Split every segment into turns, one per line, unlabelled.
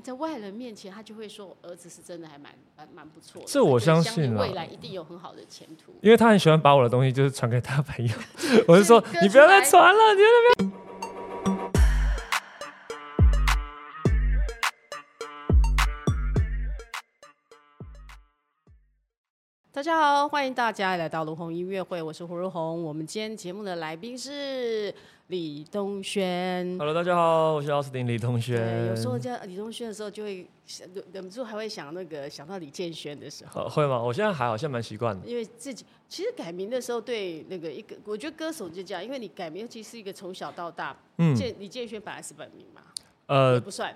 在外人面前，他就会说，儿子是真的还蛮蛮蛮不错的。
这我
他觉得
相信啊
未来一定有很好的前途。
因为他很喜欢把我的东西就是传给他朋 友，我就说
就是割
你不要
出来
再传了，你不要再
大家好，欢迎大家来到卢红音乐会，我是胡如红。我们今天节目的来宾是李东轩。
Hello，大家好，我是奥斯汀李同学
对，。有时候叫李东轩的时候，就会想忍忍不住还会想那个想到李建轩的时候，
好会吗？我现在还好，现在蛮习惯的。
因为自己其实改名的时候，对那个一个，我觉得歌手就这样，因为你改名，尤其是一个从小到大，
嗯
建李建轩本来是本名嘛，也
呃
不算，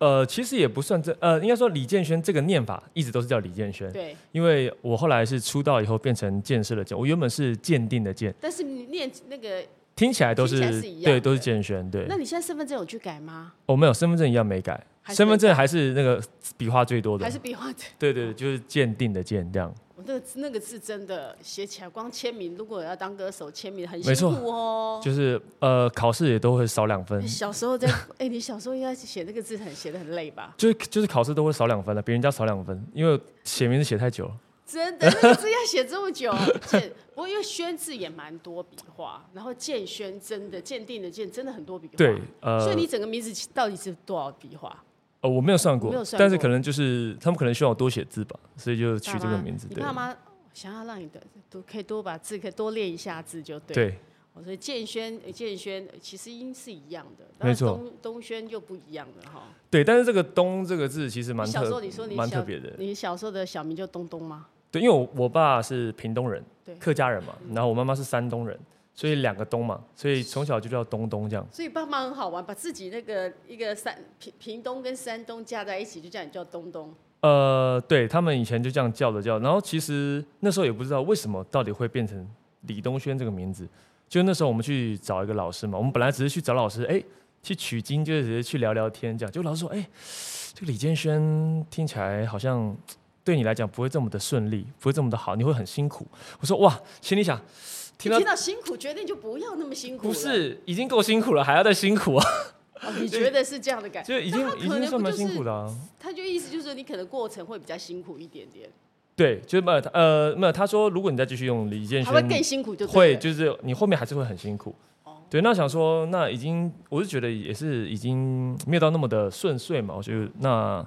呃，其实也不算这呃，应该说李建轩这个念法一直都是叫李建轩，
对。
因为我后来是出道以后变成建设的建，我原本是鉴定的鉴，
但是你念那个，
听起来都
听起来
是
是一样
对，
的
都是建轩。对，
那你现在身份证有去改吗？
我没有身份证一样没改，
还是
身份证还是那个笔画最多的
还，是笔画的？
对对，对就是鉴定的鉴这样。
我那个字那个字真的写起来，光签名，如果要当歌手签名很
没
辛
错
苦哦。
就是呃，考试也都会少两分
哎，小时候在，哎、你小时候应该是写那个字很写的很累吧？
就是就是考试都会少两分的，比啊人家少两分，因为写名字写太久了。
真 的，那个字要写这么久。建，不过因为宣字也蛮多笔画，然后建宣真的鉴定的鉴真的很多笔画。
对，呃，
所以你整个名字到底是多少笔画？
呃我没有算过，
没有算
但是
过
可能就是他们可能希望我多写字吧，所以就取
爸
这个
妈
名字。
你
对
爸妈想要让你的都可以多把字可以多练一下字就对。
对，
我说哦建轩，呃建轩呃其实音是一样的，
没错
但是东东轩就不一样了哈。
对，但是这个“东”这个字其实蛮
你小时候
特
你说你
蛮
小
特别的。
你小时候的小名就东东吗？
对，因为我我爸是屏东人
对，
客家人嘛，然后我妈妈是山东人，所以两个东嘛，所以从小就叫东东这样。
所以爸妈很好玩，把自己那个一个山屏屏东跟山东加在一起，就叫你叫东东。
呃，对他们以前就这样叫着叫，然后其实那时候也不知道为什么到底会变成李东轩这个名字。就那时候我们去找一个老师嘛，我们本来只是去找老师，哎，去取经，就是只是去聊聊天这样。就老师说，哎，这个李建轩听起来好像对你来讲不会这么的顺利，不会这么的好，你会很辛苦。我说哇，心里想，听到
你听到辛苦，决定就不要那么辛苦了。
不是已经够辛苦了，还要再辛苦啊？
哦，你觉得是这样的感觉？
就已经
那他可
已
能
经算蛮
就是
辛苦的啊。
他就意思就是说你可能过程会比较辛苦一点点，
对，就是没有他呃没有，他说如果你再继续用李建
还
轩，
会更辛苦就对
会
了哦
就是你后面还是会很辛苦。对，那想说那已经我是觉得也是已经没有到那么的顺遂嘛，我觉得那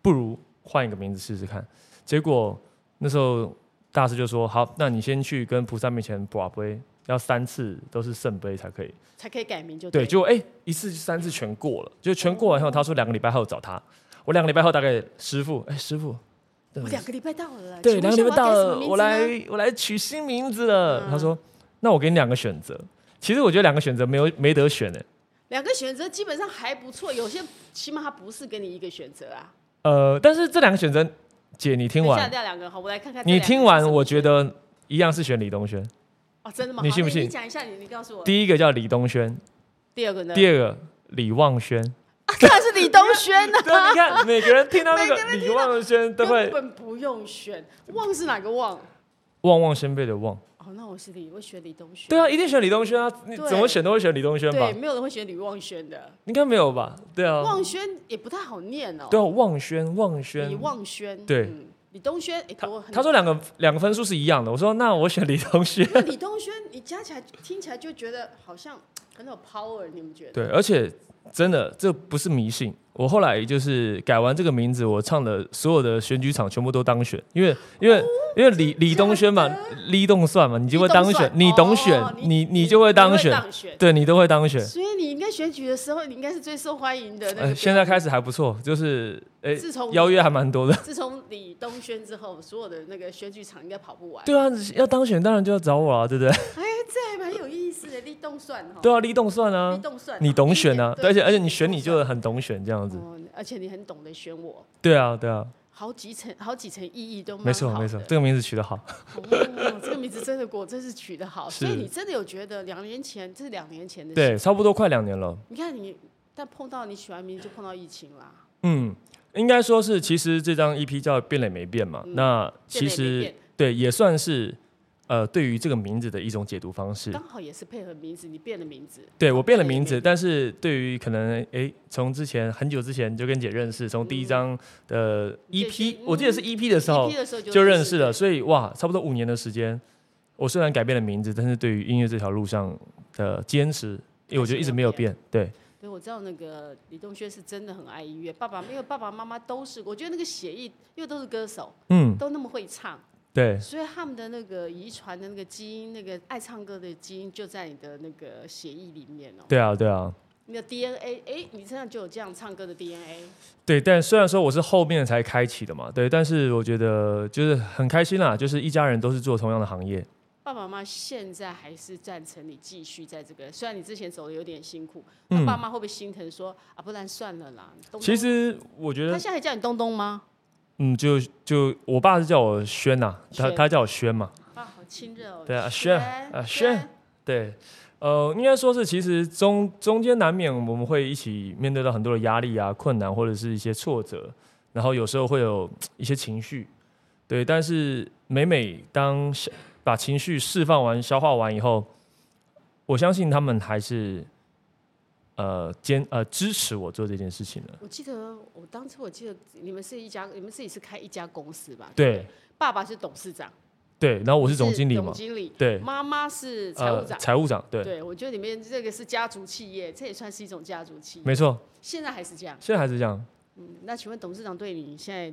不如换一个名字试试看。结果那时候大师就说好，那你先去跟菩萨面前把杯，要三次都是圣杯才可以。
才可以改名就
对，
了
就哎、一次三次全过了，就全过完以后，他说两个礼拜后找他，我两个礼拜后大概师傅，哎、师傅，对
我两个礼拜到了啦，
对，
请
两
问
个礼
一
拜
下
到
要改什
了，
么名
我
字
来
呢
我来取新名字了。
嗯
他说，那我给你两个选择，其实我觉得两个选择没有没得选欸的，
两个选择基本上还不错，有些起码他不是给你一个选择啊。
呃，但是这两个选择，姐你听
等一下
完，
这两个好，我来看看这
你
两个
听
是
完，
什么
我觉得一样是选李东轩。
哦，真的吗？
你
好
信不信
你讲一下，你你告诉我。
第一个叫李东轩，
第二个呢？
第二个李望轩。
当然是李东轩 呢、
对，你看每个人听到那
每个
个李望轩都
根
会
本不用选。旺是哪个旺？
旺旺先辈的旺。
哦，那我是李，我选李东轩。
对啊，一定选李东轩啊！你
对
怎么选都会选李东轩吧
对，？没有人会选李旺轩的。
应该没有吧？对啊，
旺轩也不太好念哦。
对啊，望轩，望轩
李。旺轩。
对
嗯李东轩，哎，
他
我很
他说两个两个分数是一样的，我说那我选李东轩。
那李东轩，你加起来听起来就觉得好像很有 power，你们觉得？
对，而且真的这不是迷信。我后来就是改完这个名字，我唱的所有的选举场全部都当选，因
哦
为因为、因为李李东轩嘛，李动算嘛，你就会当选，你
李
懂
东
选，
算哦
你你就会当选，
当选。
对你都会当选。
所以你应该选举的时候，你应该是最受欢迎的那个
呃，
标。
现在开始还不错，就是哎、
自从
邀约还蛮多的。
自从李东轩之后，所有的那个选举场应该跑不完。
对啊，要当选当然就要找我啊，对不对？
这还蛮有意思的，立动算哈。
对啊，立动算啊
立，动算，
你懂选啊，对而且而且你选你
立
就很懂选这样
动
子
算。哦，而且你很懂得选我，
对啊，对啊，
好几层好几层意义都蛮
没错
好
没错
的，
这个名字取得好。
哦，这个名字真的果真是取得好，所以
是
你真的有觉得两年前这是两年前的事，
对，差不多快两年了。
你看你但碰到你喜欢名就碰到疫情啦，
嗯，应该说 E 是，其实这张 EP 叫《变了也没变》嘛，那其
变了也没
实
变
对也算是呃对于这个名字的一种解读方式。
刚好也是配合名字，你变了名字，
对我变了
对
名
对
字，
对
但是对于可能诶，从之前很久之前就跟姐认识，从第一张的
你就
EP，、
嗯
我记得是 EP 的时候
EP ，E 的时候就
就认识了，
了
所以哇，差不多五年的时间，我虽然改变了名字，但是对于音乐这条路上的坚持，因为我觉得一直没有变。对，
对，我知道那个李栋轩是真的很爱音乐，爸爸没有，爸爸妈妈都是，我觉得那个写意，因为都是歌手，
嗯，
都那么会唱，
对，
所以他们的那个遗传的那个基因，那个爱唱歌的基因就在你的那个血液里面哦，
对啊，对啊，
你的 DNA，哎，你身上就有这样唱歌的 DNA，
对。但虽然说我是后面才开启的嘛，对，但是我觉得就是很开心啦，就是一家人都是做同样的行业。
爸爸妈妈现在还是赞成你继续在这个，虽然你之前走的有点辛苦，那爸妈会不会心疼说啊，不然算了啦？东东
嗯其实我觉
他
得
现，在还叫你东东吗？
嗯，就就我爸是叫我轩呐、他
轩
他叫我轩嘛。
啊，好亲热哦。
对啊
轩
轩啊轩，对，呃，应该说是其实中中间难免我们会一起面对到很多的压力啊、困难或者是一些挫折，然后有时候会有嘖一些情绪，对，但是每每当消把情绪释放完、消化完以后，我相信他们还是呃坚呃支持我做这件事情的，
我记得我当初我记得你们是一家，你们自己是开一家公司吧？
对
爸爸是董事长，
对，然后我
我
是总经理嘛
总，经理，
对，
妈妈是财务
呃
长。
财务长，对，
对，我觉得里面这个是家族企业，这也算是一种家族企业。
没错，
现在还是这样。
现在还是这样。
嗯，那请问董事长对你现在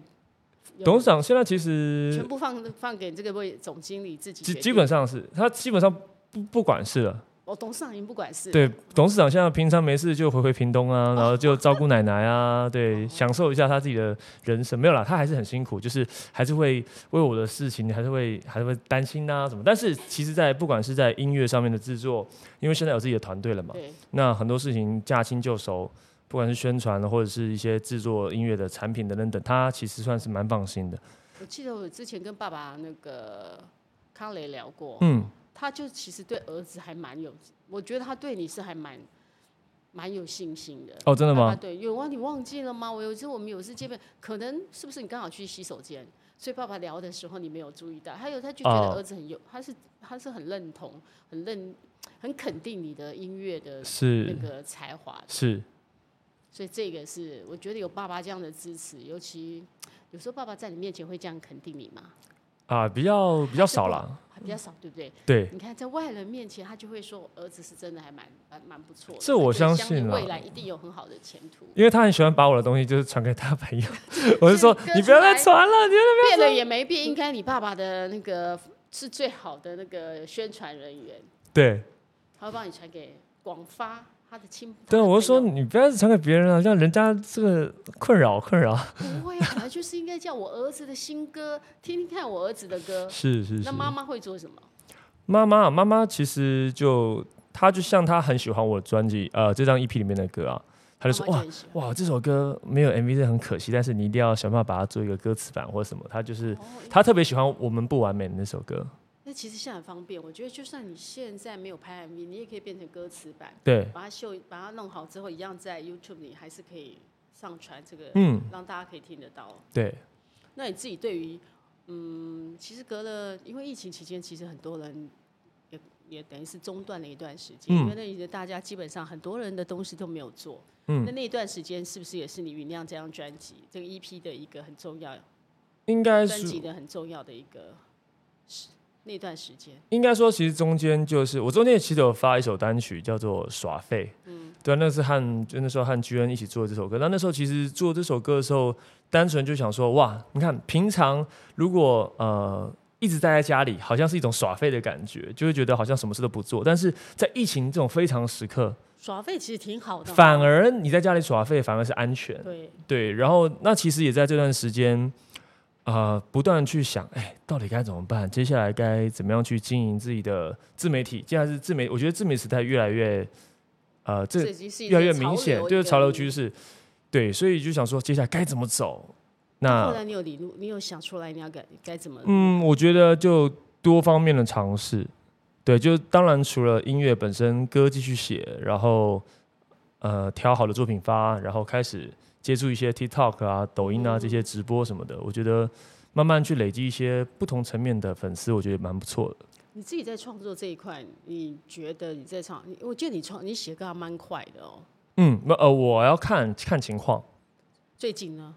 有
董事长现在其实
全部放放给这个位总经理自己决
基
定？
基本上是他基本上不不管事了。
哦，董事长您不管事。
对，董事长现在平常没事就回回屏东啊，然后就照顾奶奶啊， 对，享受一下他自己的人生。没有啦，他还是很辛苦，就是还是会为我的事情还是会还是会担心啊什么。但是其实，在不管是在音乐上面的制作，因为现在有自己的团队了嘛，
对，
那很多事情驾轻就熟，不管是宣传或者是一些制作音乐的产品等等等，他其实算是蛮放心的。
我记得我之前跟爸爸那个康雷聊过，
嗯，
他就其实对儿子还蛮有，我觉得他对你是还蛮蛮有信心的。
哦，真的
爸爸
吗？
对，有啊，你忘记了吗？我有一次我们有一次见面，可能是不是你刚好去洗手间，所以爸爸聊的时候你没有注意到。还有他就觉
哦
得儿子很有，他是他是很认同、很认、很肯定你的音乐的那
是
个才华的
是，
所以这个是我觉得有爸爸这样的支持，尤其有时候爸爸在你面前会这样肯定你嘛，
啊，比较比较少啦，
还比较少，对不对？
对，
你看在外人面前，他就会说儿子是真的还蛮蛮蛮不错的，
这我
他觉得
相信啊
未来一定有很好的前途。
因为他很喜欢把我的东西就是传给他朋友，我就说
就是跟
你不要再
出
传了，你
变了也没变，应该你爸爸的那个是最好的那个宣传人员，
对
他会帮你传给广发他的亲。
对，啊
他的
我就说
朋友
你不要再传给别人了，让人家这个困扰困扰。
不会啊，本来就是应该叫我儿子的新歌，听听看我儿子的歌。
是是是
那，妈妈会做什么？
妈妈妈妈其实就她就像她很喜欢我的专辑，呃，这张 EP 里面的歌啊，她就说
妈妈
哇
很喜欢
哇这首歌没有 MV 是很可惜，但是你一定要想办法把它做一个歌词版或者什么。她就是
哦
她特别喜欢《我们不完美》的那首歌，
那其实现在很方便，我觉得就算你现在没有拍 MV，你也可以变成歌词版，
对，
把它秀，把它弄好之后，一样在 YouTube 里还是可以上传这个，
嗯
让大家可以听得到。
对。
那你自己对于，嗯，其实隔了，因为疫情期间，其实很多人也也等于是中断了一段时间，
嗯
因为那里的大家基本上很多人的东西都没有做。
嗯
那那一段时间是不是也是你酝酿这张专辑这个 EP 的一个很重要，
应该
专
是
辑的很重要的一个时那段时间？
应该说，其实中间就是我中间其实有发一首单曲，叫做《耍废》。嗯，对啊，那是和就那时候和 G N 一起做这首歌。那那时候其实做这首歌的时候，单纯就想说，哇，你看平常如果呃一直待在家里，好像是一种耍废的感觉，就会觉得好像什么事都不做。但是在疫情这种非常时刻，
耍废其实挺好的哦，
反而你在家里耍废反而是安全。
对，
对，然后那其实也在这段时间，啊，不断去想，哎，到底该怎么办？接下来该怎么样去经营自己的自媒体？接下来是自媒，我觉得自媒体时代越来越，呃，这
已经是一
越来
个
越
潮
明显，
流
就
一
是潮
个
流趋势。对，所以就想说，接下来该怎么走？
后
那
来你有理路，你有想出来你要该该怎么？
嗯，我觉得就多方面的尝试。对，就当然除了音乐本身，歌继续写，然后呃挑好的作品发，然后开始接触一些 TikTok 啊、抖音啊
嗯
这些直播什么的。我觉得慢慢去累积一些不同层面的粉丝，我觉得蛮不错的。
你自己在创作这一块，你觉得你在唱？你我记得你创你写歌还蛮快的哦。
嗯，那呃，我要看看情况。
最近呢？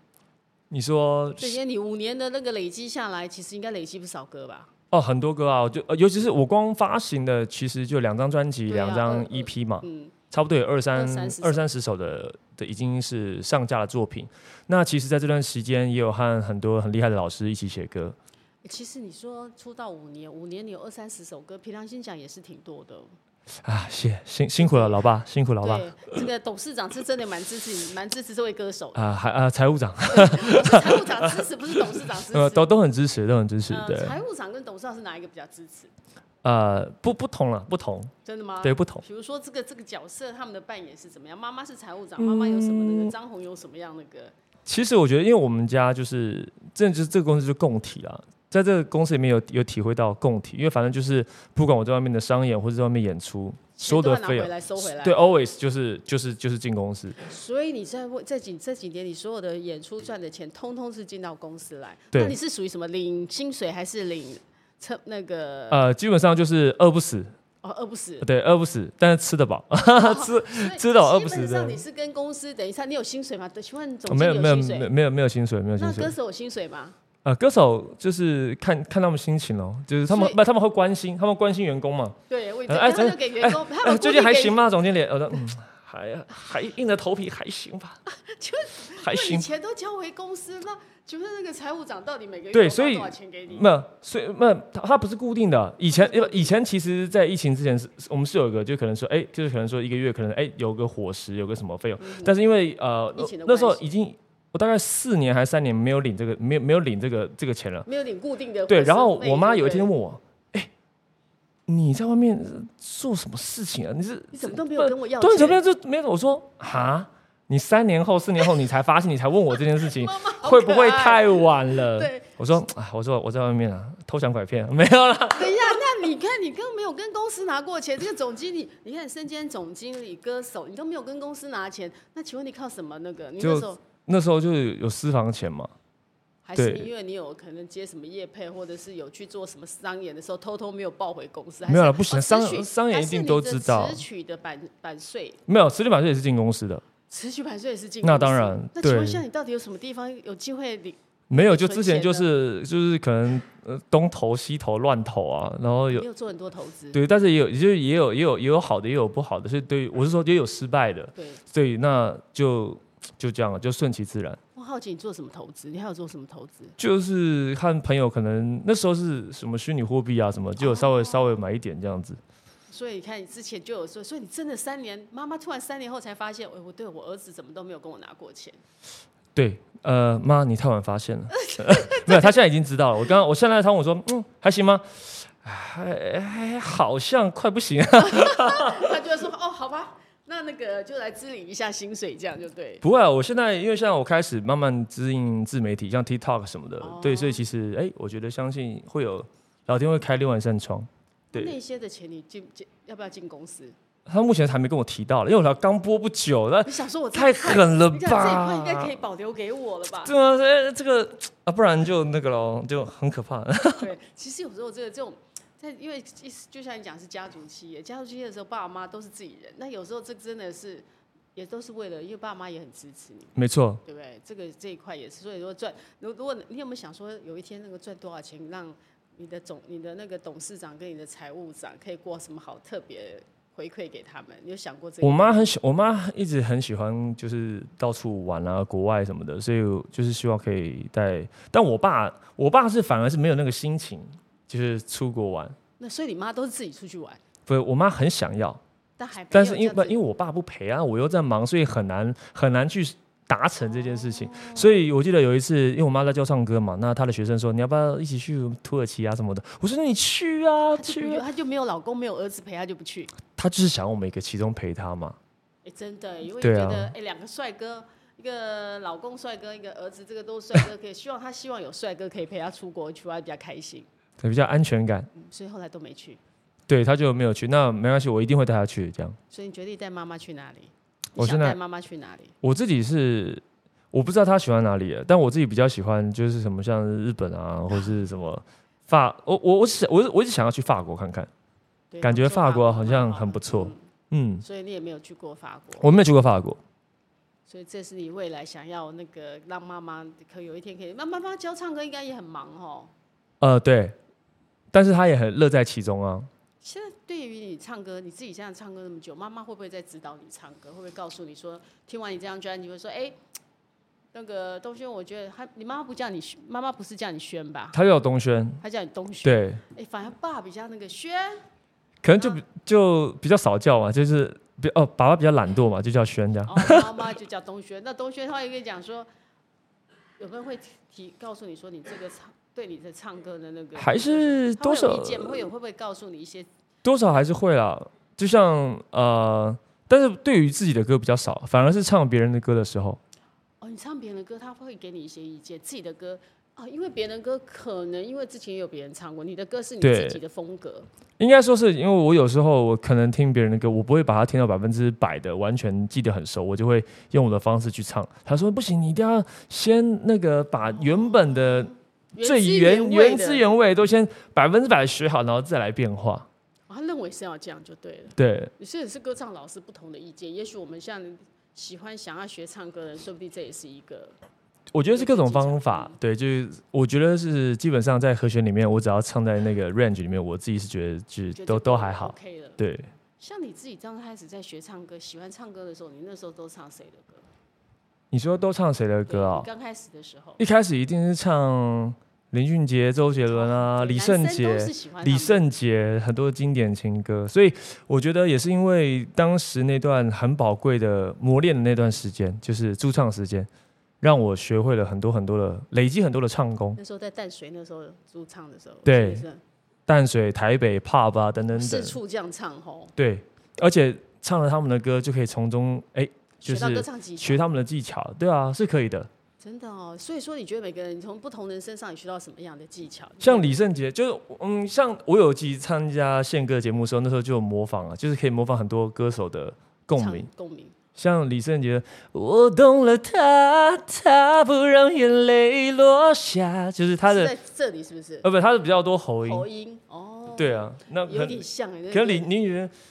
你说
最近你五年的那个累积下来，其实应该累积不少歌吧？
哦，很多歌啊，我就、呃、尤其是我光发行的，其实就两张专辑、
对啊
两
呃
张
呃
EP 嘛，
嗯，
差不多有二三
二三十首
二三十首的的已经是上架的作品。那其实在这段时间也有和很多很厉害的老师一起写歌，
其实你说出道五年，五年你有二三十首歌，凭良心讲也是挺多的哦。
啊，谢辛辛苦了老爸，辛苦老爸
对，这个董事长是真的蛮支持你，蛮支持这位歌 手的。
啊，还啊财务长，
财务长支持不是董事长支持。
呃， 都都很支持，都很支持，
呃
对，
财务长跟董事长是哪一个比较支持？
呃，不不同了，不同，
真的吗？
对，。不同。
比如说这个这个角色他们的扮演是怎么样？妈妈是财务长，妈妈有什么
嗯
那个？张红有什么样那个？
其实我觉得，因为我们家就是，这就是这个公司就是共体啦，在这个公司里面有有体会到共体，因为反正就是不管我在外面的商演或者在外面演出，所有的
钱都要拿
费用
回，来收回来。
对，always 啊就是就是就是进公司，
所以你在为这几这几年，你所有的演出赚的钱，通通是进到公司来。
对
那你是属于什么？领薪水还是领车那个？
呃，基本上就是饿不死，
哦，饿不 死。
对，饿不死，但是吃得饱，
哦
吃吃
到
到饿不
基
死
本
的
上你，是跟公司等一下，你有薪水吗？对，请问总
没
经
有
理
没有
薪
没有
水？
没有没有薪水，没有薪
那
水
歌，手有薪水吗？
呃，歌手就是看看他们心情咯，就是他们
所以
不他们会关心，他们关心员工嘛，
对，我也
哎
他们就给员工，他
哎，
们
最近还行
吗？
吗，总经理？我说嗯，还还硬着头皮还行 吧，还
那
行
你。钱都交回公司，那请问那个财务长到底每个月
对
都发
所以
多少钱给你？
那所以那它它不是固定的，啊以前因为以前其实，在疫情之前是我们是有一个，就可能说，哎、就是可能说一个月可能哎、有个伙食，有个什么费用，但是因为呃
嗯疫情的
那时候
关系
已经我大概四年还是三年没有领这个没有没有领这个这个钱了，
没有领固定的伙食费。
对，然后我妈
对
有
不
一天
对
问我，哎、你在外面做什么事情啊？你是
你怎么都没有跟我要
对，你怎么
钱？
样就没有？我说哈，你三年后、四年后你才发现，你才问我这件事情，
妈妈好
会不会
可爱
太晚了？
对，
我说啊，我说我在外面啊，偷抢拐骗 没有啦。
等一下，那你看，你根本没有跟公司拿过钱。这个总经理，你看身兼总经理、歌手，你都没有跟公司拿钱，那请问你靠什么那个？你那
就
时候
那时候就是有私房钱嘛，
还是
对
因为你有可能接什么业配，或者是有去做什么商演的时候，偷偷没有报回公司？还是
没有了，不行，
哦
商
持续
商演
还
一
是
定
你
都
的
知道
持，取的版版税，
没有，十六百岁也是进公司的，
持续版税也是进。
那当然
那请问
对
一下，你到底有什么地方有机会领？
没有，就
存
之前
钱
就
呢
是就是可能呃东投西投乱投啊，然后有
你有做很多投资？
对，但是也有就是也有也有也有好的，也有不好的，所以对于我是说也有失败的，
对，
所以那就就这样了，就顺其自然。
我好奇你做什么投资？你还有做什么投资？
就是看朋友，可能那时候是什么虚拟货币啊，什么就有稍微稍微买一点这样子。
所以你看，你之前就有说，所以你真的三年，妈妈突然三年后才发现，哎、我对我儿子怎么都没有跟我拿过钱。
对，呃，妈，你太晚发 现了，没有，他现在已经知道了。我刚刚，我现在他问我说，嗯，还行吗？还还好像快不行、啊，
他就会说，哦，好吧，那那个就来支领一下薪水，这样就对。
不会啊。我现在因为现在我开始慢慢支应自媒体，像 TikTok 什么的，
哦
对，所以其实哎，我觉得相信会有老天会开另外一扇窗。对
那些的钱你进进要不要进公 司？
他目前还没跟我提到了，因为我才刚播不久，那
你想说我哦这
太狠了
你想这一块应该
吧
可以？保留给我 了吧？
对啊，哎，这个啊，不然就那个喽，就很可怕。
对，其实有时候这个这种，在因为其实就像你讲是家族企业，家族企业的时候，爸爸妈妈都是自己人，那有时候这真的是也都是为了，因为爸妈也很支持你。
没错，
对不对？这个这一块也是，所以说赚，如如果你有没有想说，有一天那个赚多少钱，让你的总、你的那个董事长跟你的财务长可以过什么好特别回馈给他们？你有想过这个？
我妈很喜，我妈一直很喜欢，就是到处玩啊，国外什么的，所以我就是希望可以带。但我爸，我爸是反而是没有那个心情，就是出国玩。
那所以你妈都是自己出去玩，
不是，我妈很想要，
但还没有
但是因为
这
不
样子
因为我爸不陪啊，我又在忙，所以很难很难去达成这件事情。所以我记得有一次，因为我妈在教唱歌嘛，那她的学生说你要不要一起去土耳其啊什么的，我说那你去啊
她就不
去
就
啊，
她就没有老公，没有儿子陪，她就不去。
她就是想我们一个其中陪她嘛。
哎，真的，因为觉
对啊
得哎，两个帅哥。一个老公帅哥，一个儿子，这个都是帅哥，可以希望她希望有帅哥可以陪她出国去玩，比较开心、
比较安全感，
嗯所以后来都没去。
对，她就没有去。那没关系，我一定会带她去。这样，
所以你决定带妈妈去哪里？你
我
想
现在
带妈妈去哪里？
我自己是 我不知道她喜欢哪里，但我自己比较喜欢就是什么像日本啊，或是什么法，我我我想我我一直想要去法国看看，
对
感
他们
觉
说
法国
国
好
很
像
好
很不错
嗯
嗯，
所以你也没有去过法国，
我没有去过法国，
所以这是你未来想要那个让妈妈可有一天可以，那妈妈教唱歌应该也很忙哦。
呃，对，但是他也很乐在其中啊。
现在对于你唱歌，你自己这样唱歌那么久，妈妈会不会在指导你唱歌？会不会告诉你说，听完你这张专辑会说，哎、那个东轩，我觉得他，你妈妈不叫你，妈妈不是叫你轩吧？
他叫东轩，
她叫你东轩。
对，
哎、反而爸比较那个轩，
可能就比就比较少叫嘛，就是比哦，爸爸比较懒惰嘛，就叫轩这样。
哦，妈妈就叫东轩。那东轩他会跟你讲说，有没有会提提告诉你说，你这个唱对你的唱歌的那个
还是
他
多
会有
少
意见吗？会有会不会告诉你一些？
多少还是会啦，就像呃，但是对于自己的歌比较少，反而是唱别人的歌的时候，
哦，你唱别人的歌，他会给你一些意见。自己的歌啊，因为别人的歌可能因为之前也有别人唱过，你的歌是你
对
自己的风格。
应该说是因为我有时候我可能听别人的歌，我不会把它听到百分之百的完全记得很熟，我就会用我的方式去唱。他说不行，你一定要先那个把原本的最
汁
原
味
原
的
汁原味都先百分之百学好，然后再来变化。
哦他认为是要这样就对了。
对，
你是是歌唱老师不同的意见，也许我们像喜欢想要学唱歌的人，说不定这也是一个。
我觉得是各种方
有
法
自己，
对，就是我觉得是基本上在和弦里面，我只要唱在那个 range 里面，我自己是觉得
觉
就
得
都
这
都
个
还好。
OK 了。
对，
像你自己刚开始在学唱歌，喜欢唱歌的时候，你那时候都唱谁的歌？
你说都唱谁的歌
对
啊、
你刚开始的时候，
一开始一定是唱林俊杰、周杰伦啊、
哦对
李
男
圣
生
杰
都、是喜欢
李
他们
圣杰很多经典情歌，所以我觉得也是因为当时那段很宝贵的磨练的那段时间，就是驻唱时间，让我学会了很多很多的累积很多的唱功，
那时候在淡水那时候驻唱的时候，
对
是不是
淡水、台北、pub 啊等等
四
等，
处这样唱吼，
对，而且唱了他们的歌就可以从中哎就
学到歌
是
唱技巧，
学他们的技巧，对啊，是可以的。
真的哦。所以说，你觉得每个人从不同人身上你学到什么样的技巧？
像李圣杰，就是嗯，像我有去参加宪歌节目的时候，那时候就有模仿啊，就是可以模仿很多歌手的共鸣
唱。共鸣，
像李圣杰，我懂了他，他不让眼泪落下，就是他
是
的
在这里是不是？
呃不，他的比较多喉音。
喉音哦，
对啊，那
有
很
点像哎。那
可
个
能李李宇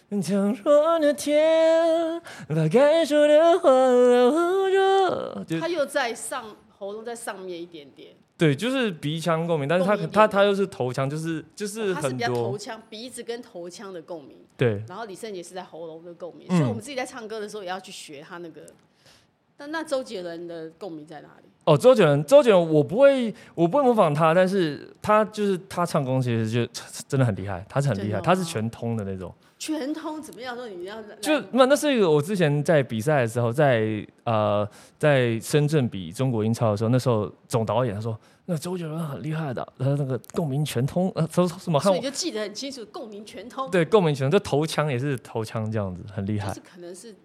春，倘若那天把该说的话都说，就
他又在上喉咙在上面一点点，
对，就是鼻腔共鸣，但是他
共鸣一点哦
他他又是头腔，就是就是
他是
很
比较头
多
腔、鼻子跟头腔的共鸣。
对。
然后李圣杰是在喉咙的共鸣，
嗯
所以我们自己在唱歌的时候也要去学他那个。那那周杰伦的共鸣在哪里？
哦，周杰伦，周杰伦，我不会，我不会模仿他，但是他就是他唱功其实就真的很厉害，他是很厉
真的哦
害，
吗
他是全通的那种。
全通怎么样说？你要来
就那那是一个我之前在比赛的时候，在呃在深圳比中国英超的时候，那时候总导演他说，那周杰伦很厉害的，他那个共鸣全通，呃，什么什么看
所以你
我
就记得很清楚，共鸣全通，
对共鸣全通，这头腔也是头腔这样子，很厉
就
害
是。可能是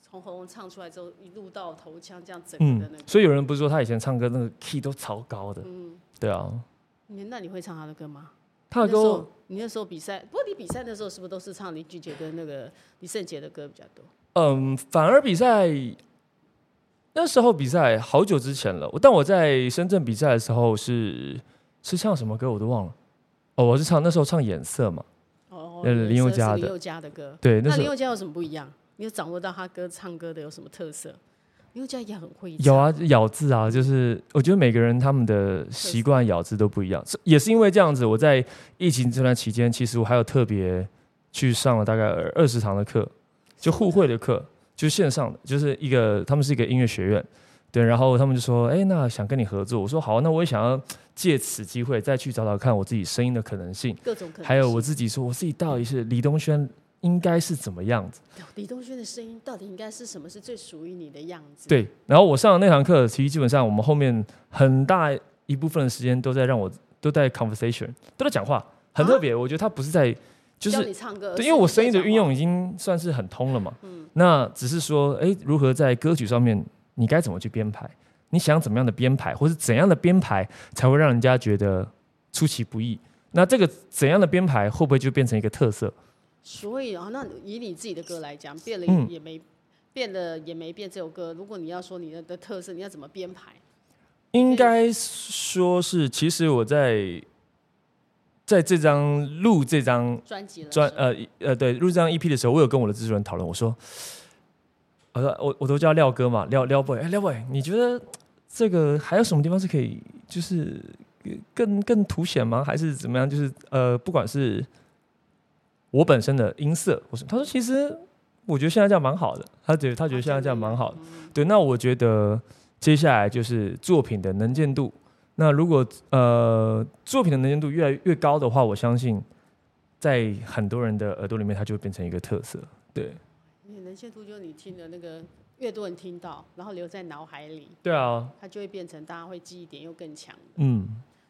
从喉咙唱出来之后，一路到头腔这样整个
嗯
的那，个。
所以有人不是说他以前唱歌那个 key 都超高的，
嗯，
对啊，
你那你会唱他的歌吗？
他的
那时候
歌
你那时候比赛，不过你比赛的时候是不是都是唱林俊杰跟那个李圣杰的歌比较多？
嗯，反而比赛那时候比赛好久之前了，但我在深圳比赛的时候是是唱什么歌我都忘了。哦，我是唱那时候唱《眼色》嘛，
哦，
呃
你的
林宥
歌是
嘉的
林宥嘉的歌。
对，那
那
时
林
候
宥嘉有什么不一样？你有掌握到他歌唱歌的有什么特色？林宥嘉也很会唱
有啊，咬字啊，就是我觉得每个人他们的习惯咬字都不一样，是也是因为这样子，我在疫情这段期间，其实我还有特别去上了大概二十堂的课，就互惠的课，就是线上的，就是一个他们是一个音乐学院，对，然后他们就说，哎，那想跟你合作，我说好，啊那我也想要借此机会再去找找看我自己声音的可能性，
各种可能性。
还有我自己说我自己到底是李东轩应该是怎么样子，
李东轩的声音到底应该是什么是最属于你的样子？，
对，然后我上的那堂课，其实基本上我们后面很大一部分的时间都在让我都在 conversation，都在讲话，很特别，我觉得他不是在就
啊教
是
你唱歌，
对，因为我声音的运
而
用已经算是很通了嘛。
嗯
那只是说，哎，如何在歌曲上面，你该怎么去编排？你想怎么样的编排，或是怎样的编排才会让人家觉得出其不意？那这个怎样的编排会不会就变成一个特
是
色？
在讲话。所以啊，那以你自己的歌来讲，变了
嗯
也没、变了也没变。这首歌，如果你要说你的的特色，你要怎么编排？
应该说是，其实我在在这张录这张
专辑了，
专呃一呃对入这张 EP 的时候，我有跟我的制作人讨论，我说，我说我我都叫廖哥嘛，廖廖 boy，哎、廖 boy，你觉得这个还有什么地方是可以就是呃更更凸显吗？还是怎么样？就是呃，不管是我本身的音色，我说他说其实我觉得现在这样蛮好的，他觉得他觉得现在这样蛮好的。
嗯
对，那我觉得接下来就是作品的能见度。那如果呃作品的能见度越来越高的话，我相信在很多人的耳朵里面，它就会变成一个特色。对，
你的能见度就是你听的那个越多人听到，然后留在脑海里，
对啊，
它就会变成大家会记忆点又更强。
嗯，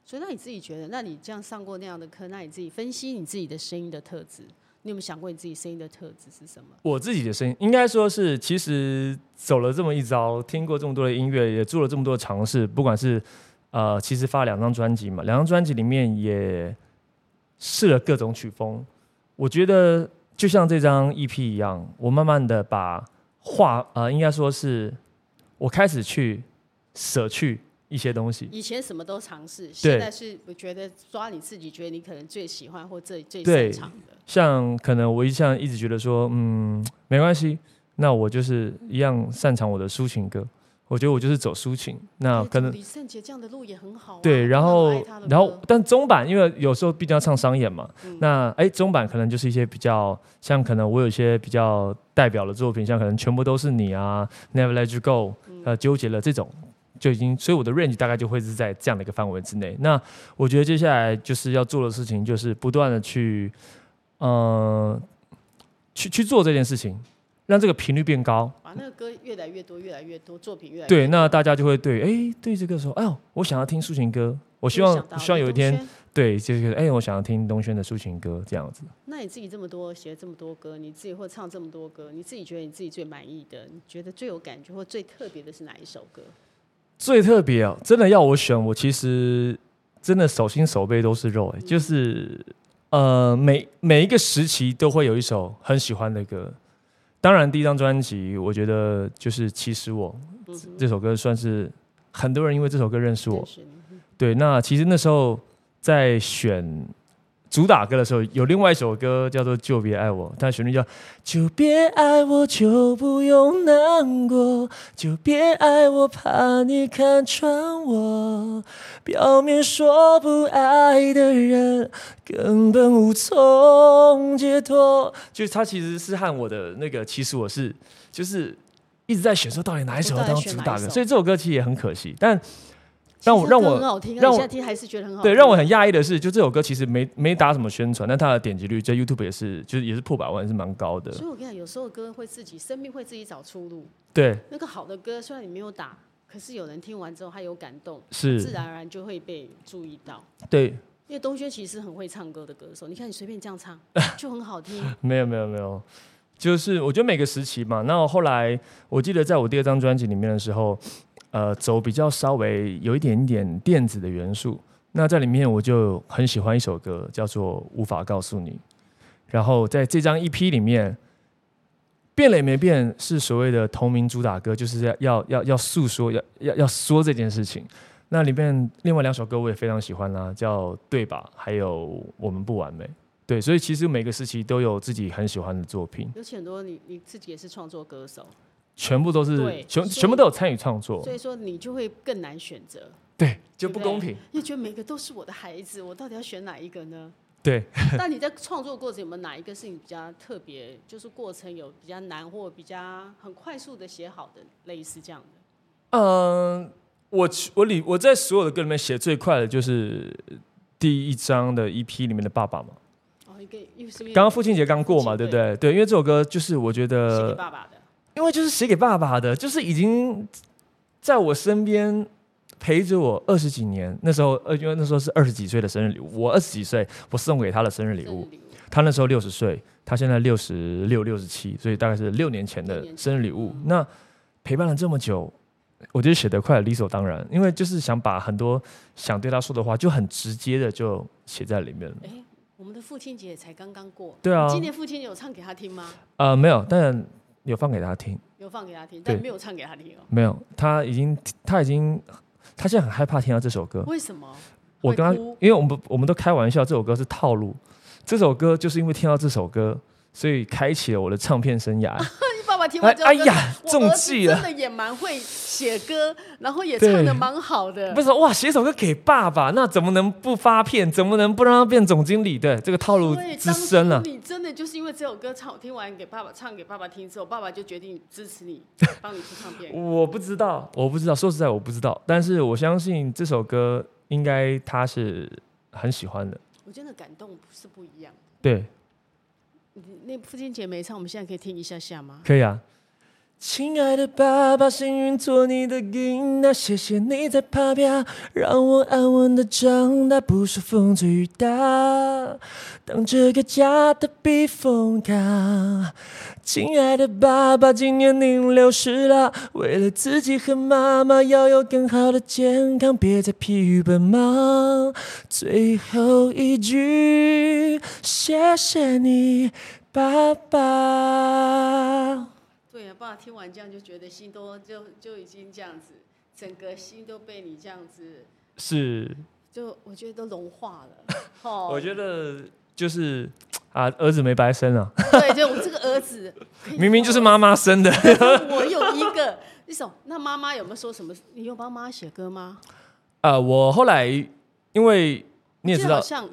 所以那你自己觉得，那你这样上过那样的课，那你自己分析你自己的声音的特质，你有没有想过你自己声音的特质是什么？
我自己的声音应该说是，其实走了这么一遭，听过这么多的音乐，也做了这么多的尝试，不管是呃，其实发两张专辑嘛，两张专辑里面也试了各种曲风。我觉得就像这张 EP 一样，我慢慢的把话呃，应该说是我开始去舍去一些东西，
以前什么都尝试，现在是我觉得抓你自己觉得你可能最喜欢或最最擅
对
长的。
像可能我一向一直觉得说，嗯，没关系，那我就是一样擅长我的抒情歌，我觉得我就是走抒情，那
哎
啊可能
走李圣杰这样的路也很好、啊。
对，然
我
后
很爱他的歌嗯
然后但中版因为有时候毕竟要唱商演嘛，那哎中版可能就是一些比较像可能我有一些比较代表的作品，像可能全部都是你啊，Never Let You Go，呃
嗯
纠结了这种。就已经，所以我的 range 大概就会是在这样的一个范围之内。那我觉得接下来就是要做的事情，就是不断的去，呃，去去做这件事情，让这个频率变高，
把那个歌越来越多，越来越多作品越来越
对，那大家就会对，哎，对这个说，哎呦，我想要听抒情歌，我
我
希望希望有一天，，对，就是哎，我想要听东轩的抒情歌这样子。
那你自己这么多写这么多歌，你自己会唱这么多歌，你自己觉得你自己最满意的，你觉得最有感觉或最特别的是哪一首歌？
最特别啊，真的要我选，我其实真的手心手背都是肉、哎，就是呃，每每一个时期都会有一首很喜欢的歌。当然，第一张专辑，我觉得就是《其实我》
嗯哼，
这首歌算是很多人因为这首歌认识我
真，是你
对，那其实那时候在选主打歌的时候，有另外一首歌叫做《就别爱我》，它旋律叫“就别爱我，就不用难过，就别爱我，怕你看穿我，表面说不爱的人根本无从解脱。”就是它其实是和我的那个，其实我是就是一直在选说到底哪一首要当主打歌，所以这首歌其实也很可惜，但。让我
其实
让
歌
我
很好听啊，
让
你
我
现在听还是觉得很好听。
哦对，让我很讶异的是，就这首歌其实没没打什么宣传，但它的点击率在 YouTube 也是，就是也是破百万，是蛮高的。
所以我跟你讲，有时候歌会自己，生命会自己找出路。
对，
那个好的歌虽然你没有打，可是有人听完之后他有感动，自
是，
然而然就会被注意到。
对，
因为东轩其实是很会唱歌的歌手，你看你随便这样唱 就很好听。
没有没有没有，就是我觉得每个时期嘛。那后来我记得在我第二张专辑里面的时候，呃，走比较稍微有一点点电子的元素。那在里面我就很喜欢一首歌，叫做《无法告诉你》。然后在这张 EP 里面，变了也没变，是所谓的同名主打歌，就是要要要要诉说，要要要说这件事情。那里面另外两首歌我也非常喜欢啦、叫《对吧》还有《我们不完美》。对，所以其实每个时期都有自己很喜欢的作品，
尤其很多你你自己也是创作歌手，
全部都
对
是全
所以
全部都有参与创作
所，以说你就会更难选择，
对，就
对
不
不对
公平。
因为觉得每个都是我的孩子，我到底要选哪一个呢？
对，
那你在创作过程有没有哪一个是你比较特别，就是过程有比较难或比较很快速的写好的，类似这样的？
嗯，我我里我在所有的歌里面写最快的就是第一张的 EP 里面的爸爸嘛，
哦，一个因为是不是
刚刚父亲节刚过嘛，
父亲
对不对？对，因为这首歌就是我觉
写给
得，
爸爸的？
因为就是写给爸爸的，就是已经在我身边陪着我二十几年，那时候呃，因为那时候是二十几岁的生日礼物，我二十几岁，我送给他的生日礼
生
物
日，礼物
他那时候六十岁，他现在六十六、六十七，所以大概是六年前
六
的
年前嗯
生日礼物。那陪伴了这么久，我觉得写得快理所当然，因为就是想把很多想对他说的话，就很直接的就写在里面了。
哎，我们的父亲节才刚刚过，
对啊
今年父亲节有唱给他听吗？
呃，没有，但有放给他听，
有放给他听，
对
但没有唱给他听哦。
没有，他已经他已经他现在很害怕听到这首歌，
为什么？
我跟他
会哭，
因为我们我们都开玩笑，这首歌是套路。这首歌就是因为听到这首歌，所以开启了我的唱片 生涯。
你爸爸听完之后，
哎哎呀
我儿
中
子
计了
真的也蛮会写歌，然后也
对
唱的蛮好的
不。是哇，写首歌给爸爸，那怎么能不发片？怎么能不让他变总经理？对，这个套路
所以
之
当
深啊了、
初你真的就是因为这首歌唱听完给爸爸唱给爸爸听之后，爸爸就决定支持 你，帮你出唱片。
我不知道，我不知道，说实在我不知道，但是我相信这首歌应该他是很喜欢的。
我真的感动不是不一样。
对，
你那父亲节没唱，我们现在可以听一下下吗？
可以啊。亲爱的爸爸，幸运做你的引导，谢谢你在旁边，让我安稳的长大，不受风吹雨打。当这个家的避风港，亲爱的爸爸，今年您六十了，为了自己和妈妈要有更好的健康，别再疲于奔忙。最后一句，谢谢你，爸爸。
对呀、爸爸听完这样就觉得心都就就已经这样子，整个心都被你这样子，
是，
就我觉得都融化 了。哦，
我觉得就是啊，儿子没白生 啊，
对，就我这个儿子，可以
明明
说
就是妈妈生的。
我有一个一首，那妈妈有没有说什么？你有帮妈妈写歌吗？
啊，我后来因为你也
记
知
得
道
好，像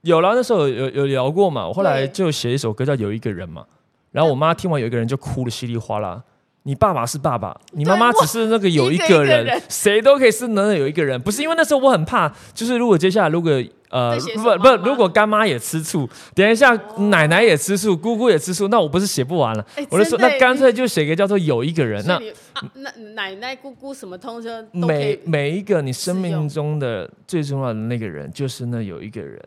有啦，那时候有有聊过嘛，我后来
对
就写一首歌叫《有一个人》嘛，然后我妈听完《有一个人》就哭的稀里哗啦。你爸爸是爸爸，你妈妈
对
只是那个有
一个
个
一个人
谁都可以是能有一个人。不是因为那时候我很怕，就是如果接下来如果呃
再写一
不
首
不
妈妈
如果干妈也吃醋，等一下奶奶也吃醋，姑姑也吃醋，那我不是写不完了？
哎
我就说
真的
那干脆就写个叫做有一个人，
所
那
以你啊那奶奶姑姑什么通车都可
每
以，
每一个你生
适
命
用
中的最重要的那个人，就是那有一个人。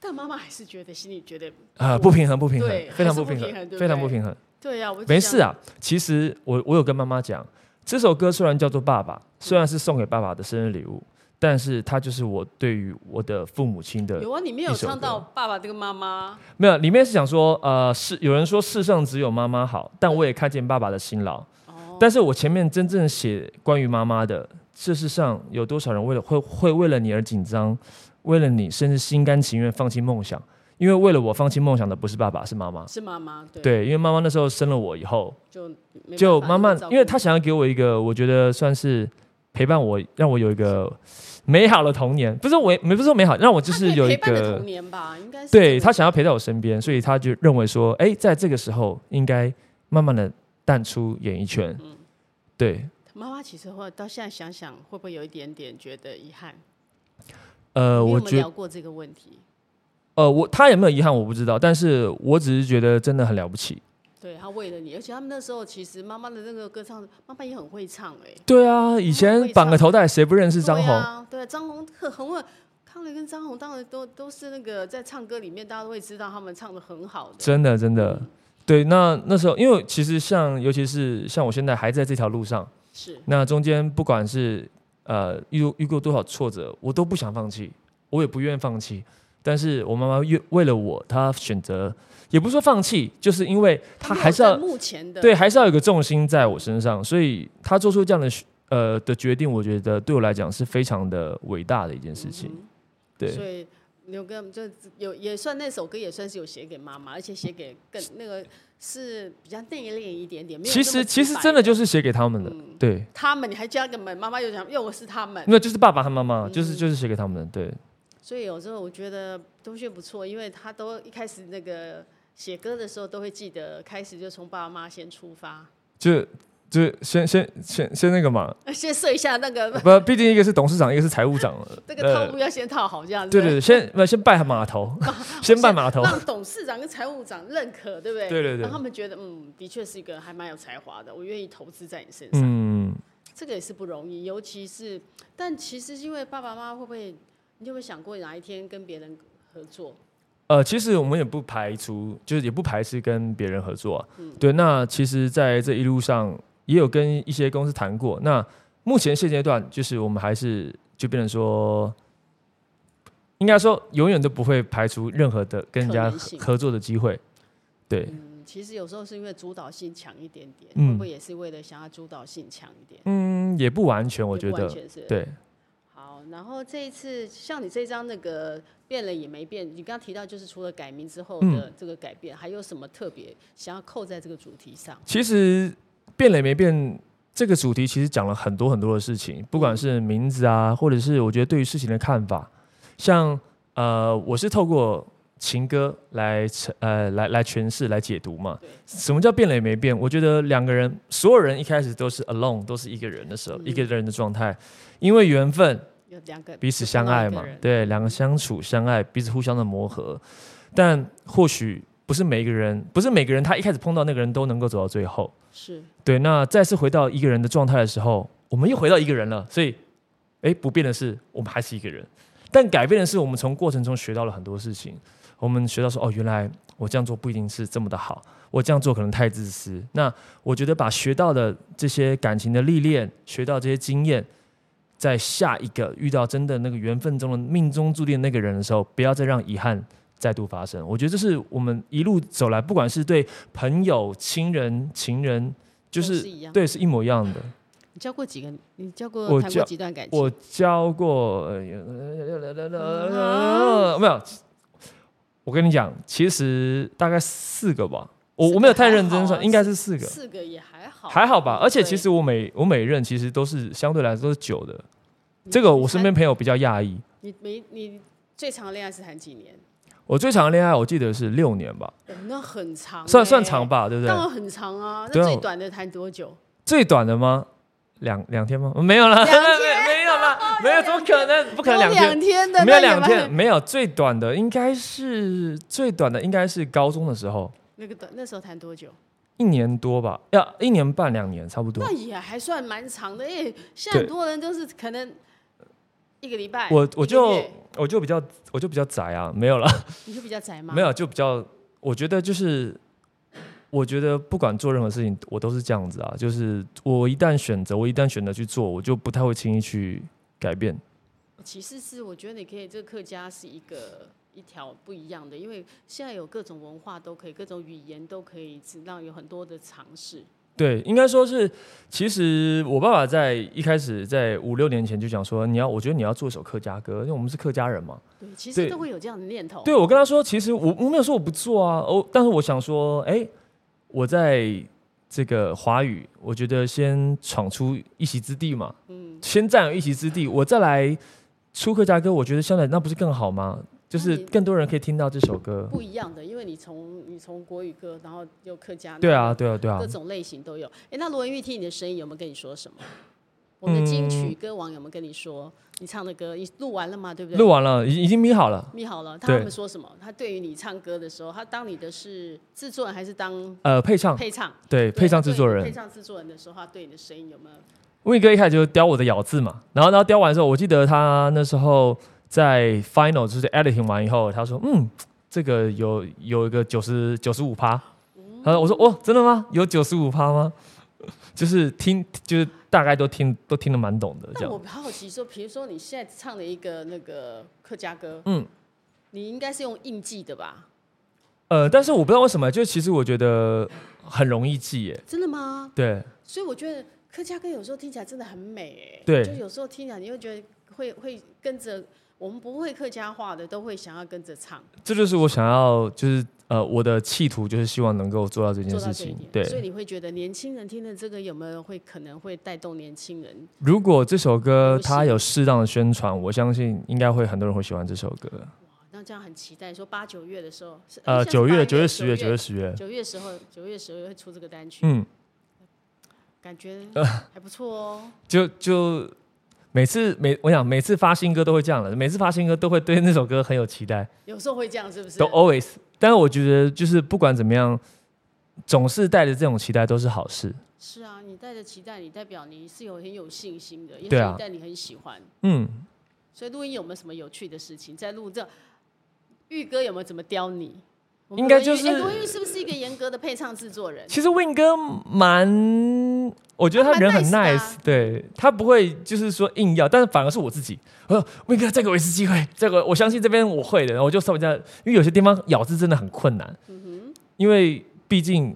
但妈妈还是觉得心里觉得
啊，不平衡，不平衡
对，
非常
还是
平
不平衡对不对
非常不平衡。
对呀、我就
没事
想
啊，其实我我有跟妈妈讲，这首歌虽然叫做《爸爸》，虽然是送给爸爸的生日礼物，但是它就是我对于我的父母亲的
有啊，里面有
一首
唱到爸爸这个妈妈，
没有。里面是想说，呃，是有人说世上只有妈妈好，但我也看见爸爸的辛劳。
哦，
但是我前面真正写关于妈妈的，这世上有多少人为了会会为了你而紧张，为了你甚至心甘情愿放弃梦想？因为为了我放弃梦想的不是爸爸，是妈妈。
是妈妈，对，
对，因为妈妈那时候生了我以后，
就没
就
办法
慢慢
那么照，顾
因为她想要给我一个，我觉得算是陪伴我，让我有一个美好的童年。不是我，没不是说美好，让我就
她
是
可以
有一
陪伴的
个
童，年吧，应该是
对
他
她想要陪在我身边，所以她就认为说，哎，在这个时候应该慢慢的淡出演艺圈。
嗯
对，
妈妈其实会到现在想想，会不会有一点点觉得遗憾？你
呃，
有没
我
有
觉
聊过这个问题，
呃，我她有没有遗憾我不知道，但是我只是觉得真的很了不起。
对她为了你，而且他们那时候其实妈妈的那个歌唱，妈妈也很会唱哎、
对啊，以前
会
绑个
唱
头带谁不认识张
对
红？
啊，对啊张红很很会。康磊跟张红当然都都是那个在唱歌里面，大家都会知道他们唱的很好的。
真的，真的，对。那那时候，因为其实像，尤其是像我现在还在这条路上，
是
那中间不管是呃遇遇过多少挫折，我都不想放弃，我也不愿放弃。但是我妈妈为为了我，她选择也不是说放弃，就是因为她
没有
还是要
在目前的
对，还是要有个重心在我身上，所以她做出这样的选呃的决定，我觉得对我来讲是非常的伟大的一件事情。对
嗯所，以牛哥就有也算那首歌也算是有写给妈妈，而且写给更那个是比较内敛一点点。没有
其
那么直
实其实
白嗯
真的就是写给他们的，对。
他们，你还加个门，妈妈又讲又是他们，
没有，就是爸爸和妈妈，
嗯
就是就是写给他们的，对，
所以有时候我觉得东旭不错，因为他都一开始那个写歌的时候都会记得，开始就从爸妈先出发，
就就先先先先那个嘛，
先设一下那个
不，毕竟一个是董事长，一个是财务长， 呃
那个套路要先套好，这样子。
对对，对，先不先拜 码头，先拜码头，
让董事长跟财务长认可，对不对？
对对对
让他们觉得，嗯，的确是一个还蛮有才华的，我愿意投资在你身上。
嗯，
这个也是不容易，尤其是，但其实因为爸爸妈妈会不会，你有没有想过哪一天跟别人合作？
呃，其实我们也不排除，就是也不排斥跟别人合作、啊，
嗯
对，那其实，在这一路上也有跟一些公司谈过，那目前现阶段就是我们还是就变成说。应该说，永远都不会排除任何的跟人家
可
合
能性
合作的机会，对，
嗯，其实有时候是因为主导性强一点点，
嗯
会不会也是为了想要主导性强一点？
嗯，也不完全，我
也
觉
不完
得，
全是。
对，
好，好，然后这一次像你这张那个变了也没变，你刚刚提到就是除了改名之后
嗯
的这个改变，还有什么特别想要扣在这个主题上？
其实变了也没变这个主题，其实讲了很多很多的事
嗯
情，不管是名字啊，或者是我觉得对于事情的看法，像呃，我是透过情歌来呈呃来来诠释来解读嘛
对。
什么叫变了也没变？我觉得两个人，所有人一开始都是 alone，都是一个人的时候，
嗯
一个人的状态，因为缘分，
有两个
彼此相爱嘛
不同的一个人，
对，两个相处相爱，彼此互相的磨合。但或许不是每一个人，不是每个人他一开始碰到那个人都能够走到最后。
是
对，那再次回到一个人的状态的时候，我们又回到一个人了，所以，哎，不变的是我们还是一个人，但改变的是我们从过程中学到了很多事情。我们学到说，哦，原来我这样做不一定是这么的好，我这样做可能太自私。那我觉得把学到的这些感情的历练，学到这些经验，在下一个遇到真的那个缘分中的命中注定的那个人的时候，不要再让遗憾再度发生。我觉得这是我们一路走来，不管是对朋友、亲人、情人，就
都
是
是一样
对，是一模一样的。
你交过几个？你交过
我
谈过
交
几段感情？
我教过，呃
啊
没有。我跟你讲，其实大概四个吧，我
四个
我没有太认真
还好
算，
啊
应该是四个，
四个也还好，
还好吧。而且其
对
实我每我每任其实都是相对来说都是久的，
你
这个我身边
你
朋友比较讶异。
你没你最长的恋爱是谈几年？
我最长的恋爱我记得是六年吧，
哦那很长，欸
算算长？吧，对不
当
对？
然很长啊，
对
那
啊
最短的谈多久？
最短的吗？两两天吗？没有啦，
两
没
天
有没有啦，没有，怎么可能？不可能两天
有。天的，
没有
那也
两
蛮
天，没有最短的应该是最短的应该是高中的时候，
那个短那时候谈多久？
一年多吧，要一年半两年差不多
那。也还算蛮长的，因为现在很多人都是可能一个礼拜，
我我
一个
就
月
我就比较我就比较宅啊，没有啦，
你就比较宅嘛，
没有就比较，我觉得就是。我觉得不管做任何事情，我都是这样子啊，就是我一旦选择，我一旦选择去做，我就不太会轻易去改变。
其实是我觉得你可以，这个客家是一个一条不一样的，因为现在有各种文化都可以，各种语言都可以，让有很多的尝试。
对，应该说是，其实我爸爸在一开始在五六年前就讲说，你要，我觉得你要做一首客家歌，因为我们是客家人嘛，
对，其实
对
都会有这样的念头。
对，我跟他说，其实我我没有说我不做啊，哦，但是我想说，哎，我在这个华语，我觉得先闯出一席之地嘛，
嗯，
先占有一席之地，我再来出客家歌，我觉得相对那不是更好吗？就是
那你
更多人可以听到这首歌。
不一样的，因为你从你从国语歌，然后又客家，
对啊，，对啊，对啊
各。种类型都有。哎，那罗文玉听你的声音有没有跟你说什么？
嗯
我们的金曲歌王有没有跟你说你唱的歌？你录完了吗？对不对？
录完了，已已经咪好了。
你好了，他
对
们说什么？他对于你唱歌的时候，他当你的是制作人还是当
呃，配唱，
配唱？
对，配唱制作
配
人，
唱制作人的时候，他对你的声音有没有？
魏哥一开始就雕我的咬字嘛，然后然后雕完之后，我记得他那时候在 final 就是 editing 完以后，他说嗯，这个有有一个九十九十五趴，他说我说哦，真的吗？有九十五趴吗？就是听就是大概都听都听得蛮懂的这
但
样
我。好奇说，比如说你现在唱的一个那个客家歌，
嗯，
你应该是用印记的吧？
呃，但是我不知道为什么，就其实我觉得很容易记耶。
真的吗？
对，
所以我觉得客家歌有时候听起来真的很美、哎，
对
就有时候听起来你会觉得会会跟着我们不会客家话的都会想要跟着唱，
这就是我想要就是呃我的企图就是希望能够做到这件
做到
事
这一
情
点。。
对，
所以你会觉得年轻人听的这个有没有会可能会带动年轻人？
如果这首歌
流行
它有适当的宣传，我相信应该会很多人会喜欢这首歌。
那这样很期待，说八九月的时候，是哎
呃，
现在是八
九月、九月、十
月、
月、九月、十月，
九月时候，九月十月会出这个单曲，
嗯，
感 觉还不错哦。
就就每次每我想每次发新歌都会这样的，每次发新歌都会对那首歌很有期待，
有时候会这样，是不是？
都哦 always。但是我觉得就是不管怎么样，总是带着这种期待都是好事。
是啊，你带着期待，你代表你是有很有信心的，也
对啊
许代你很喜欢。
嗯，
所以录音有没有什么有趣的事情？在录这玉哥有没有怎么刁你？我们
应该
罗文玉
就是
哎罗文玉是不是一个严格的配唱制作人？
其实 Win 哥蛮，我觉得他人很
他
nice，,
蛮 nice 的啊
对他不会就是说硬要，但是反而是我自己，呃，Win 哥再给我一次机会，这个我相信这边我会的，然后我就稍微这样，因为有些地方咬字真的很困难，
嗯
因为毕竟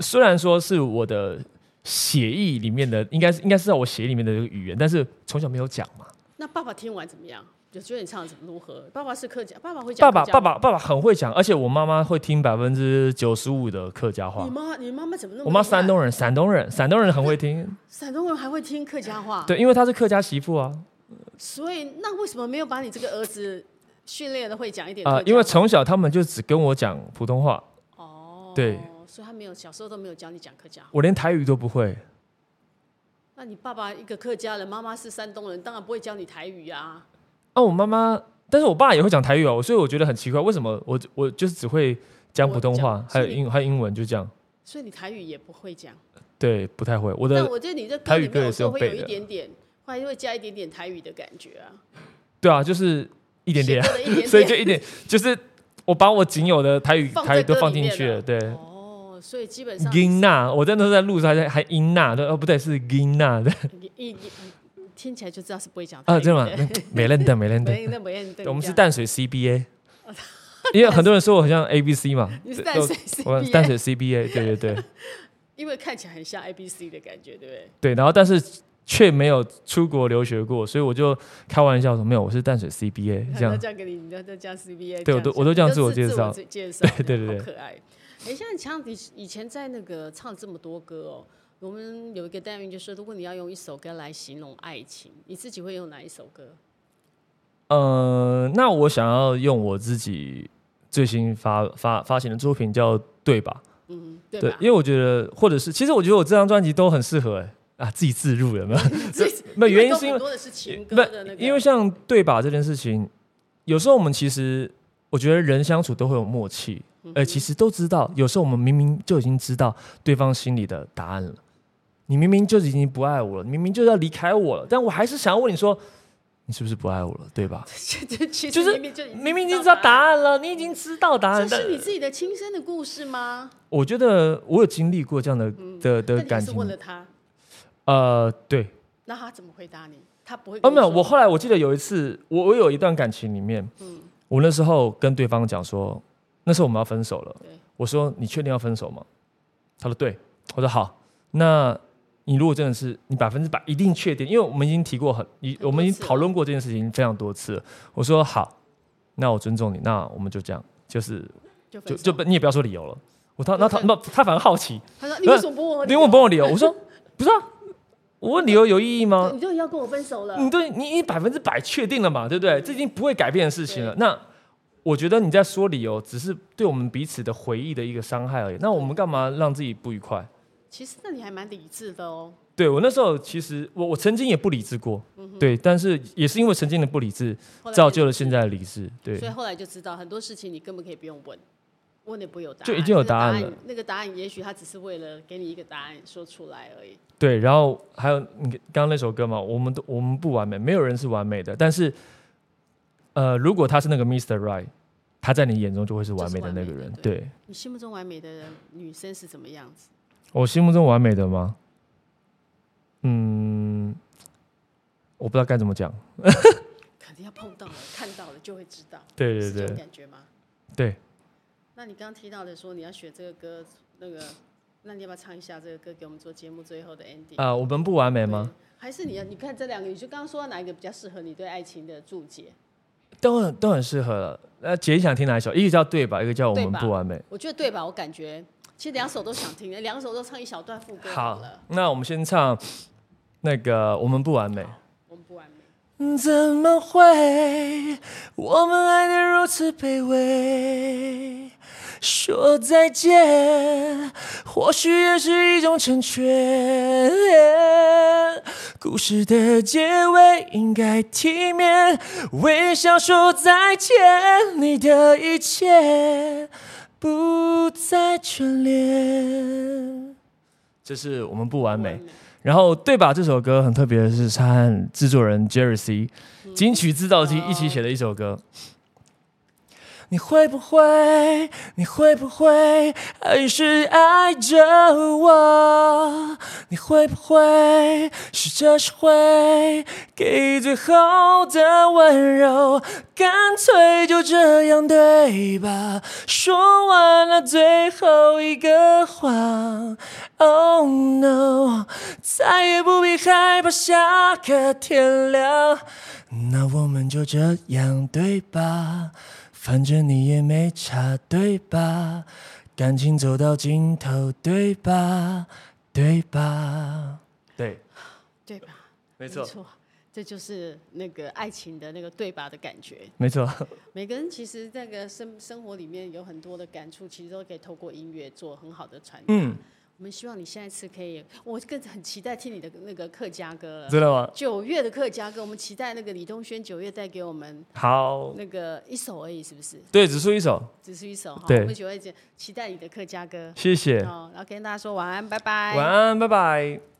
虽然说是我的。协议里面的应该是应该是在我协议里面的这个语言，但是从小没有讲嘛，
那爸爸听完怎么样？就觉得你唱的怎么如何？爸爸是客家，爸爸会讲
爸爸
客家
爸爸爸爸很会讲，而且我妈妈会听百分之九十五的客家
话。
话
你。妈你妈妈怎么那么？
我妈山，东人，山东人，山东人很会听，
山东人还会听客家话。
对，因为她是客家媳妇啊，
所以那为什么没有把你这个儿子训练的会讲一点客
啊、
家话？
因为从小他们就只跟我讲普通话，
哦，
对，
所以他没有小时候都没有教你讲客家话。
我连台语都不会，
那你爸爸一个客家人，妈妈是山东人，当然不会教你台语啊。
啊，我妈妈，但是我爸也会讲台语啊，所以我觉得很奇怪，为什么我我就是只会讲普通
我
话
讲，
还有
所以
英还有英文就这样，
所以你台语也不会讲，
对，不太会。我
但
的
我觉得你这歌
台语
里面
歌
有
也
时
是
候
有
会
背
有一
的
点点，还会加一点点台语的感觉啊，
对啊，就是一
一
点点，
一点点，
所以就一点，就是我把我仅有的台语
放在
台语都
歌
放
里
进
面啊
去
了
了，对。
哦，所以基本上
英娜，我真的是在路上还在还英娜，对，哦不对，是英娜的
一一听起来就知道是不会讲台
啊，
语
真的吗
的。？
没认得，没认得。
没那没认
对
对，
我们是
淡，
淡水 CBA，因为很多人说我很像 ABC 嘛，
你是
对
淡
都
水
我
CBA
淡水 CBA，对对对
因为看起来很像 A B C 的感觉，对不对？
对，然后但是却没有出国留学过，所以我就开玩笑说没有，我是淡水 CBA 这
他都
样。
这样给你，你都都这样 CBA，
对我都我都这样
你
自我
自
介绍
自介绍，
对对对
好可爱。哎，像像你以前在那个唱这么多歌哦，我们有一个单元就说，如果你要用一首歌来形容爱情，你自己会用哪一首歌？
呃，那我想要用我自己最新发发发行的作品叫《对吧》，
嗯，对
对
吧，？
因为我觉得，或者是其实我觉得我这张专辑都很适合、欸、啊，自己自入有没有？
这
没有原因
都
是因
很
为
多的是情歌的那个，
因为像对吧这件事情，有时候我们其实我觉得人相处都会有默契，
嗯
呃，其实都知道，有时候我们明明就已经知道对方心里的答案了，你明明就已经不爱我了，你明明就要离开我了，但我还是想要问你说，你是不是不爱我了，对吧？
这其
就
实
是
明明就
明明已经知道答
案，
案了，你已经知道答案，
这
但
是你自己的亲身的故事吗？
我觉得我有经历过这样的的
那
的
嗯你还
感
是
情
问，了他，
呃，对，
那他怎么回答你？他不会
哦，
跟你
没有，
说。
我后来我记得有一次，我我有一段感情里面，
嗯
我那时候跟对方讲说，那时候我们要分手了
对，
我说你确定要分手吗？他说对，我说好，那你如果真的是你百分之百一定确定，因为我们已经提过很，已
很多
我们已
次
经
了
讨论过这件事情非常多次了，我说好，那我尊重你，那我们就这样，就是
就
就
分手
就不你也不要说理由了。我他那他
就分
那他反而好奇，
他说你为什么不问我理
你
由？
问我帮我理由，我说不是啊，我问理由有意义吗？
你就要跟我分手了。
你对你已经百分之百确定了嘛，对不对？这已经不会改变的事情了。那我觉得你在说理由，只是对我们彼此的回忆的一个伤害而已。那我们干嘛让自己不愉快？
其实那你还蛮理智的哦。
对我那时候其实我我曾经也不理智过，对，但是也是因为曾经的不理智，
后来
造就了现在的理智。对
所以后来就知道很多事情你根本可以不用问，问也不会有答案，
就已经有答
那
案了
个答案，那个答案也许他只是为了给你一个答案说出来而已。
对，然后还有你刚刚那首歌嘛，我们都我们不完美，没有人是完美的，但是呃，如果他是那个 Mr. Right，他在你眼中就会是完美的那
就
个人。
是完美的
对
你心目中完美的人女生是怎么样子？
我心目中完美的吗？嗯，我不知道该怎么讲。
肯定要碰到了、看到了就会知道，
对对
是这种
对
感觉吗？
对，
那你刚刚提到的说你要选这个歌，那个，那你要不要唱一下这个歌给我们做节目最后的 ending？
啊、我们不完美吗？
还是你要你看这两个，你就刚刚说哪一个比较适合你对爱情的注解？
都很都很适合了。那姐你想听哪一首？一个叫对吧，一个叫我
对
们
吧
不完美。
我觉得对吧？我感觉其实两首都想听，两首都唱一小段副歌
好
了。，
那我们先唱那个我们不完美。
我们不完美，
怎么会？我们爱得如此卑微，说再见，或许也是一种成全。故事的结尾应该体面，微笑说再见，你的一切不再眷恋。这是我们不完美
不。完
然后对吧？这首歌很特别的是，它和嗯啊制作人 Jerry C 金曲制造机一起写的一首歌。你会不会？你会不会还是爱着我？你会不会试着学会给最后的温柔？干脆就这样对吧？说完了最后一个谎，Oh no，再也不必害怕下个天亮。那我们就这样对吧？反正你也没差，对吧？感情走到尽头，对吧？对吧？对，
对吧？
没
没
错，
这就是那个爱情的那个对吧的感觉。
没错，
每个人其实那个生生活里面有很多的感触，其实都可以透过音乐做很好的传达。
嗯，
我们希望你下一次可以，我更很期待听你的那个客家歌了。
知道吗？
九月的客家歌，我们期待那个李东轩九月带给我们
好，
那个一首而已，是不是？
对，只出一首，
只是一首哈。
对
我们九月见期待你的客家歌。
谢谢，
哦，然后跟大家说晚安，拜拜。
晚安，拜拜。